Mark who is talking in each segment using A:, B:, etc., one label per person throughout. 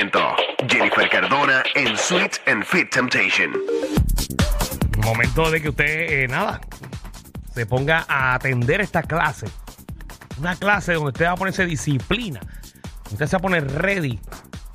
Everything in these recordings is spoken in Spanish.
A: momento, Jennifer Cardona en Sweet and Fit Temptation.
B: Momento de que usted, eh, nada, se ponga a atender esta clase. Una clase donde usted va a ponerse disciplina. Usted se va a poner ready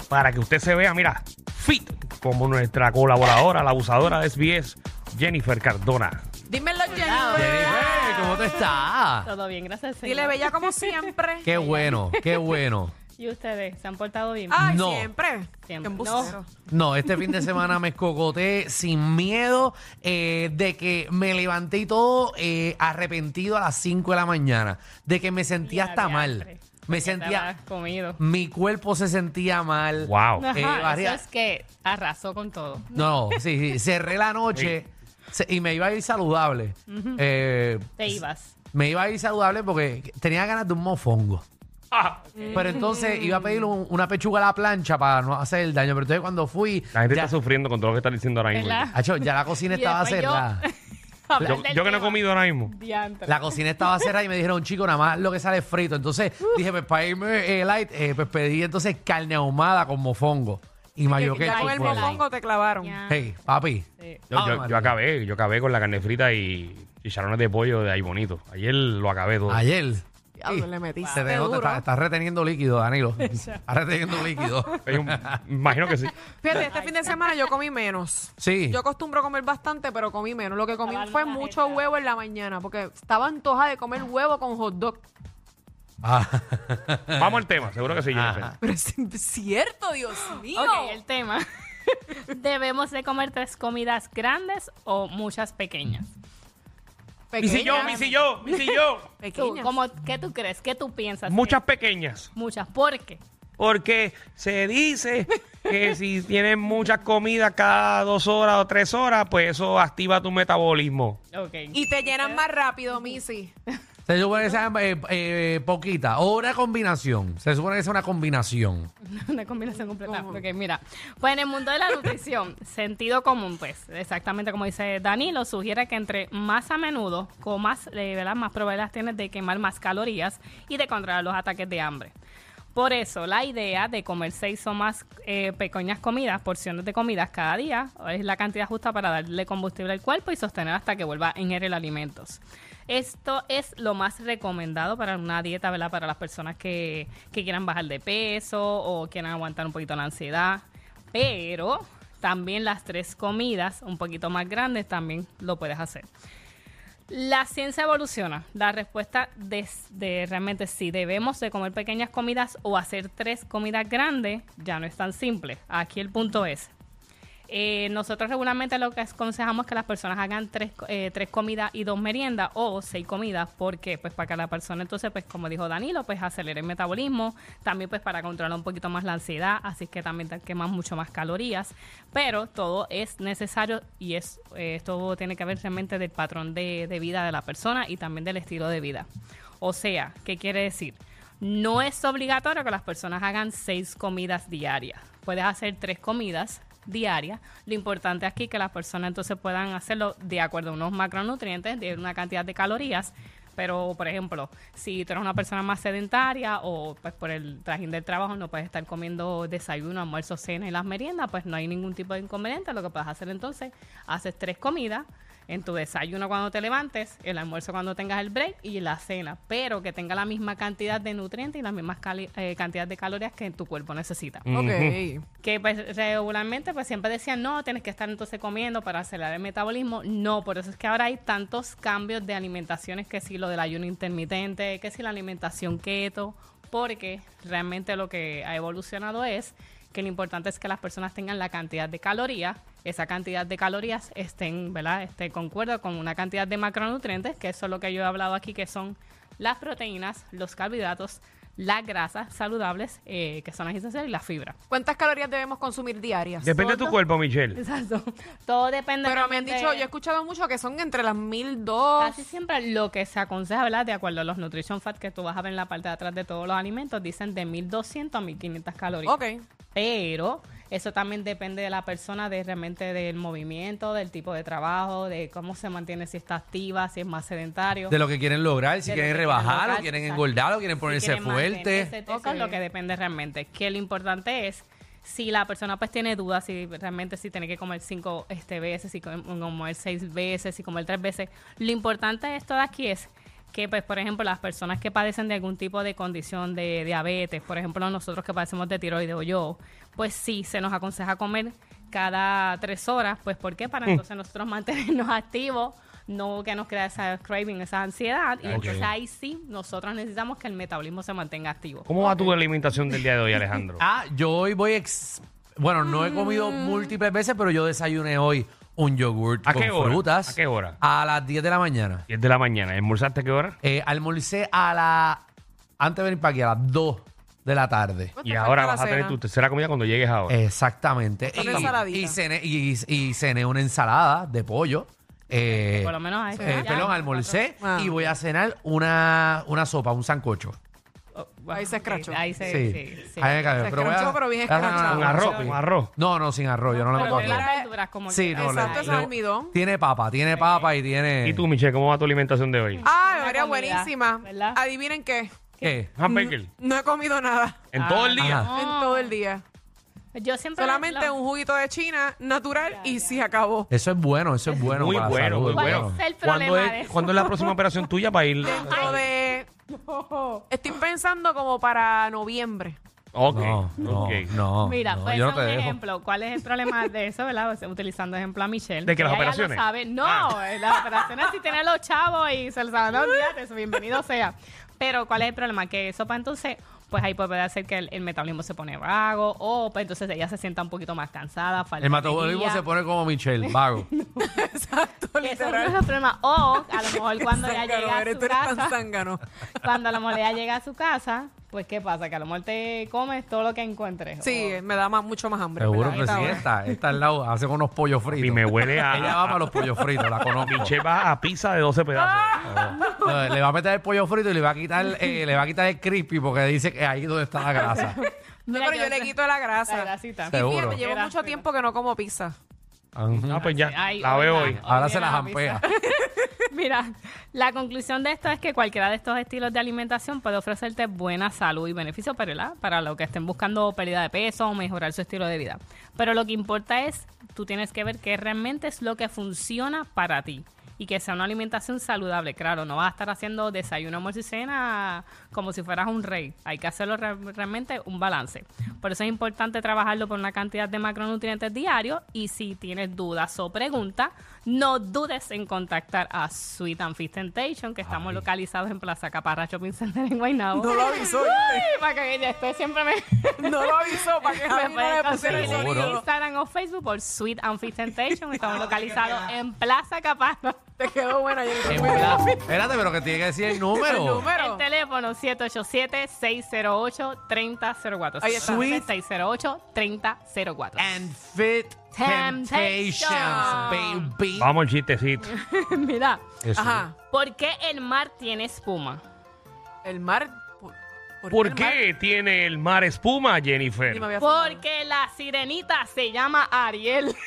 B: para que usted se vea, mira, fit, como nuestra colaboradora, la abusadora de SBS, Jennifer Cardona.
C: Dímelo,
D: Jennifer,
C: Jennifer.
D: ¿cómo te está?
E: Todo bien, gracias. Señor.
C: Dile bella como siempre.
D: Qué bueno, qué bueno.
E: ¿Y ustedes? ¿Se han portado bien?
C: Ay,
D: No.
C: siempre. Qué
E: Siempre.
C: embustero.
D: No, este fin de semana me escogoté sin miedo eh, de que me levanté y todo eh, arrepentido a las 5 de la mañana, de que me sentía hasta mal. Me sentía,
E: has comido.
D: mi cuerpo se sentía mal.
B: Wow.
E: Ajá,
D: Eh, María.
E: eso es que arrasó con todo.
D: No, sí, sí, cerré la noche se- y me iba a ir saludable. Eh,
E: Te ibas.
D: me iba a ir saludable porque tenía ganas de un mofongo.
B: Ah,
D: Pero entonces iba a pedir un- una pechuga a la plancha para no hacer daño. Pero entonces cuando fui,
B: la gente
D: ya,
B: está sufriendo con todo lo que está diciendo ahora mismo.
E: ¿Verdad?
D: Acho, ya la cocina
E: Y
D: estaba
E: después yo-
D: cerrada.
B: Yo,
E: Hablar del
B: yo que no he
E: tema.
B: comido ahora mismo.
E: Diantre.
D: La cocina estaba cerrada y me dijeron, chico, nada más lo que sale es frito. Entonces dije, pues para irme eh, light, eh, pues pedí entonces carne ahumada con mofongo y mayo
C: Ya con el
E: fue.
C: mofongo te clavaron.
E: Ya.
D: Hey, papi.
E: Sí.
B: Yo,
D: Ah,
B: yo- yo
D: María.
B: acabé, yo acabé con la carne frita y chicharrones de pollo de ahí bonito. Ayer lo acabé todo.
D: Ayer.
C: Diablo,
D: Sí.
C: pues, le metiste
D: Se te nota,
C: duro.
D: estás estás reteniendo líquido, Danilo. Estás reteniendo líquido.
B: Hay un- imagino que sí.
C: Fíjate, este fin de semana yo comí menos.
D: Sí.
C: Yo acostumbro a comer bastante, pero comí menos. Lo que comí
E: Lavarme
C: fue
E: la
C: mucho
E: jeta.
C: huevo en la mañana, porque estaba antoja de comer huevo con hot dog.
D: Ah.
B: Vamos al tema, seguro que sí, Jennifer.
D: Ajá.
C: Pero es cierto, Dios mío.
E: Ok, el tema. ¿Debemos de comer tres comidas grandes o muchas pequeñas?
B: Mi
C: Pequeñas.
B: sillón, mi sillón, mi sillón.
E: Tú,
C: Pequeñas.
E: ¿cómo- ¿Qué tú crees? ¿Qué tú piensas?
B: Muchas pequeñas.
E: Que- Muchas. ¿Por qué?
B: Porque se dice que si tienes muchas comidas cada dos horas o tres horas, pues eso activa tu metabolismo.
E: Ok.
C: Y te llenan más rápido, Missy.
D: Se supone que sea eh, eh, poquita o una combinación. Se supone que sea una combinación.
E: Una combinación completa. Porque mira, pues en el mundo de la nutrición, sentido común, pues, exactamente como dice Danilo, sugiere que entre más a menudo comas, eh, ¿verdad? más probabilidades tienes de quemar más calorías y de controlar los ataques de hambre. Por eso, la idea de comer seis o más eh, pequeñas comidas, porciones de comidas cada día, es la cantidad justa para darle combustible al cuerpo y sostener hasta que vuelva a ingerir alimentos. Esto es lo más recomendado para una dieta, ¿verdad? Para las personas que, que quieran bajar de peso o quieran aguantar un poquito la ansiedad. Pero también las tres comidas un poquito más grandes también lo puedes hacer. La ciencia evoluciona. La respuesta de, de realmente si debemos de comer pequeñas comidas o hacer tres comidas grandes ya no es tan simple. Aquí el punto es, eh, nosotros regularmente lo que aconsejamos es que las personas hagan tres, co- eh, tres comidas y dos meriendas o seis comidas. ¿Por qué? Pues para que la persona entonces, pues como dijo Danilo, pues acelere el metabolismo, también pues para controlar un poquito más la ansiedad, así que también te quemas mucho más calorías. Pero todo es necesario y es eh, esto tiene que ver realmente del patrón de, de vida de la persona y también del estilo de vida. O sea, ¿qué quiere decir? No es obligatorio que las personas hagan seis comidas diarias. Puedes hacer tres comidas diarias. Lo importante aquí es que las personas entonces puedan hacerlo de acuerdo a unos macronutrientes, de una cantidad de calorías. Pero, por ejemplo, si tú eres una persona más sedentaria o pues por el trajín del trabajo no puedes estar comiendo desayuno, almuerzo, cena y las meriendas, pues no hay ningún tipo de inconveniente. Lo que puedes hacer entonces, haces tres comidas en tu desayuno cuando te levantes, el almuerzo cuando tengas el break y la cena, pero que tenga la misma cantidad de nutrientes y las mismas cali- eh, cantidad de calorías que tu cuerpo necesita.
C: Ok.
E: Que pues regularmente pues siempre decían, no, tienes que estar entonces comiendo para acelerar el metabolismo. No, por eso es que ahora hay tantos cambios de alimentaciones, que si lo del ayuno intermitente, que si la alimentación keto, porque realmente lo que ha evolucionado es que lo importante es que las personas tengan la cantidad de calorías, esa cantidad de calorías estén, ¿verdad? Este concuerdo con una cantidad de macronutrientes, que eso es lo que yo he hablado aquí, que son las proteínas, los carbohidratos, las grasas saludables, eh, que son las esenciales, y la fibra.
C: ¿Cuántas calorías debemos consumir diarias?
B: Depende de tu
E: Todo.
B: cuerpo, Michelle.
E: Exacto. Todo depende.
C: Pero me han
E: realmente-
C: dicho, yo he escuchado mucho que son entre las mil dos.
E: Casi siempre lo que se aconseja, ¿verdad? De acuerdo a los nutrition fat que tú vas a ver en la parte de atrás de todos los alimentos, dicen de 1200 a 1500 calorías.
C: Ok.
E: Pero eso también depende de la persona, de realmente del movimiento, del tipo de trabajo, de cómo se mantiene, si está activa, si es más sedentario.
D: De lo que quieren lograr, si
E: de lo
D: quieren
E: que
D: rebajar,
E: lograr,
D: o quieren
E: exacto.
D: engordar, o quieren
E: Si
D: ponerse
E: quieren
D: fuerte.
E: mantenerse, Eso es lo que depende realmente. Que lo importante es si la persona pues tiene dudas, si realmente si tiene que comer cinco este, veces, si com- comer seis veces, si comer tres veces, lo importante de esto de aquí es que pues por ejemplo las personas que padecen de algún tipo de condición de diabetes, por ejemplo nosotros que padecemos de tiroides o yo, pues sí se nos aconseja comer cada tres horas, pues ¿por qué? Para entonces nosotros mantenernos activos, no que nos crea esa craving, esa ansiedad, y
B: Ok.
E: entonces ahí sí nosotros necesitamos que el metabolismo se mantenga activo.
B: ¿Cómo va tu alimentación del día de hoy, Alejandro?
D: Ah, yo hoy voy ex... Bueno, no he comido
E: Mm.
D: múltiples veces, pero yo desayuné hoy un yogurt
B: ¿A
D: con
B: qué hora?
D: frutas.
B: ¿A qué hora?
D: A las 10 de la mañana.
B: 10 de la mañana. ¿Almorzaste a qué hora?
D: Eh, almorcé a la... Antes de venir para aquí, a las 2 de la tarde.
C: Pues te
B: Y
C: falta
B: ahora
C: la
B: vas a tener
C: cena.
B: tu tercera comida cuando llegues ahora.
D: Exactamente.
C: Una ensaladita.
D: y cené, y- y cené una ensalada de pollo. Eh,
E: Por lo menos a esta
D: eh,
E: ya,
D: perdón, almorcé
C: Ah.
D: y voy a cenar una, una sopa, un sancocho.
E: oh, bueno,
C: Ahí se escrachó.
E: Ahí se,
D: Sí.
E: sí, sí.
D: Ahí me cabe,
C: Se
D: voy a- Ah,
C: escrachó, pero bien
D: No, no, no, no,
C: escrachado.
B: un
D: una
B: arroz,
D: sopa.
B: un arroz.
D: No, no, sin arroz, yo no le
E: Pero
D: pongo
E: de las
D: arroz.
C: Mira,
E: verduras como
D: Sí, no,
C: Exacto, eso
D: le-
C: es almidón.
D: Tiene papa, tiene papa y tiene...
B: ¿Y tú, Michelle, cómo va tu alimentación de hoy?
C: Ah,
E: Una
C: María,
E: comida,
C: buenísima.
E: ¿verdad?
C: Adivinen qué.
D: ¿Qué?
E: Ah, mm.
B: Hamburger.
C: No he comido nada
B: En todo el día.
D: Ajá.
C: en todo el día.
E: Yo siempre
C: Solamente
E: lo-
C: un juguito de China natural y se acabó.
D: Eso es bueno, eso es bueno.
B: Muy
D: para la
B: bueno,
D: salud,
B: muy
D: es
E: ¿Cuál
B: bueno.
E: es el
B: ¿Cuándo
E: problema de
B: es,
E: eso?
B: ¿Cuándo es la próxima operación tuya para ir?
C: Dentro de. Estoy pensando como para noviembre.
B: Ok,
D: No, no,
B: ok.
D: no.
E: Mira,
D: no,
E: pues
D: yo no
E: ese
D: te
E: es un
D: dejo.
E: ejemplo. ¿Cuál es el problema de eso, verdad? O sea, utilizando ejemplo a Michelle.
B: ¿De que las
E: Ella ya
B: operaciones?
E: lo sabe. No,
B: Ah.
E: eh, las operaciones si tienen los chavos y se les dan eso, bienvenido sea. Pero ¿cuál es el problema? Que eso para entonces, pues ahí puede hacer que el, el metabolismo se pone vago o pues entonces ella se sienta un poquito más cansada, falta
D: El metabolismo se pone como Michelle, vago.
C: Exacto,
E: Eso no es
C: Pues literal.
E: el problema. O a lo mejor cuando ella
C: Zángano,
E: llega a
C: eres-
E: su
C: tú eres tan
E: casa...
C: zángano.
E: cuando la molea llega a su casa, pues ¿qué pasa? Que a lo mejor te comes todo lo que encuentres.
C: Sí, me da más, mucho más hambre.
D: Seguro
C: ¿verdad?
D: que sí, ¿eh?
C: Ahorita ahora.
D: esta, esta al lado hace con unos pollos fritos.
B: Y me huele a-
D: Ella va para los pollos fritos, la conozco.
B: Michelle va a pizza de 12 pedazos.
D: No, Le va a meter el pollo frito y le va a quitar, eh, le va a quitar el crispy porque dice que ahí es donde está la grasa.
C: No,
E: Mira,
C: pero yo
E: yo-
C: le quito la grasa.
E: La grasita.
C: Y
D: Seguro.
C: fíjate, llevo
E: Era-
C: mucho tiempo que no como pizza.
B: No, pues ya,
E: Ay,
B: la veo
E: hola.
B: hoy.
D: Ahora
E: Hoy
D: se
E: viene
D: la
E: la
D: jampea.
E: Mira, la conclusión de esto es que cualquiera de estos estilos de alimentación puede ofrecerte buena salud y beneficio para, la- para lo que estén buscando pérdida de peso o mejorar su estilo de vida. Pero lo que importa es, tú tienes que ver qué realmente es lo que funciona para ti. Y que sea una alimentación saludable, claro, no vas a estar haciendo desayuno, almuerzo y cena como si fueras un rey. Hay que hacerlo re- realmente un balance. Por eso es importante trabajarlo por una cantidad de macronutrientes diarios y si tienes dudas o preguntas, no dudes en contactar a Sweet and Fit Temptation, que estamos localizados en Plaza Caparra Shopping Center en Guaynabo.
C: No lo avisó. ¿viste?
E: Ay, para que después siempre me...
C: No lo avisó para
D: Ah,
C: que a
E: me
C: mí
D: pues,
C: no
E: puedes
C: me pusiera el
E: conseguir en
C: sonido.
E: Instagram o Facebook por Sweet and Fit Temptation. Estamos localizados en Plaza Caparra.
C: Te quedó buena. Yo
D: En verdad. Espérate, pero que tiene que decir el número.
C: El número.
E: El teléfono 787-608-3004.
C: Ahí está.
E: 608-3004.
D: And fit
E: Temptations,
D: temptations, baby.
B: Vamos al chistecito.
E: Mira,
B: Eso.
C: Ajá.
E: ¿por qué el mar tiene espuma?
C: El mar. ¿Por,
B: ¿Por
C: el mar?
B: qué tiene el mar espuma, Jennifer?
C: Ni me había fijado.
E: Porque la sirenita se llama Ariel.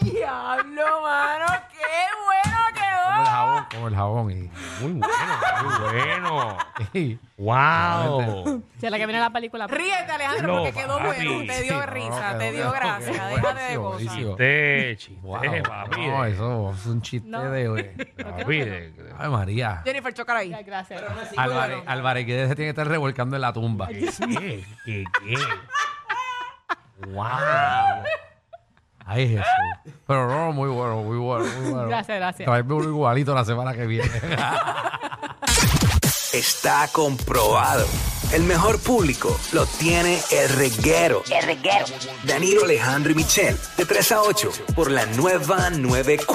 C: Diablo, mano. Qué bueno
D: Como el
C: quedó.
D: jabón, como el jabón. y-
B: Muy bueno, muy bueno.
D: y-
B: ¡Wow!
E: Ya la que viene la película.
C: Ríete, Alejandro,
B: No,
C: porque quedó
B: papi.
C: bueno. Te dio
D: Sí, no,
C: risa,
D: quedó-
C: te dio
D: quedó-
C: gracia.
D: quedó
C: Déjate de
D: buenísimo,
C: cosas.
D: buenísimo.
B: Chiste, chiste,
D: Wow.
B: papi.
D: No,
B: de-
D: eso es un chiste
E: No.
D: de. de-
B: papi, de-
D: Ay, María.
C: Jennifer, chocar ahí.
E: Ay, Gracias.
D: Álvarez, Álvarez, que se tiene que estar revolcando en la tumba.
B: ¿Qué? ¿Qué? ¿Qué? ¡Wow!
D: Ay, Jesús. Pero no, muy bueno, muy bueno, muy bueno.
E: Gracias, gracias.
D: Traerme uno igualito la semana que viene.
F: Está comprobado. El mejor público lo tiene el reguero. El reguero. Danilo Alejandro y Michel, de 3 a 8, por la nueva 94.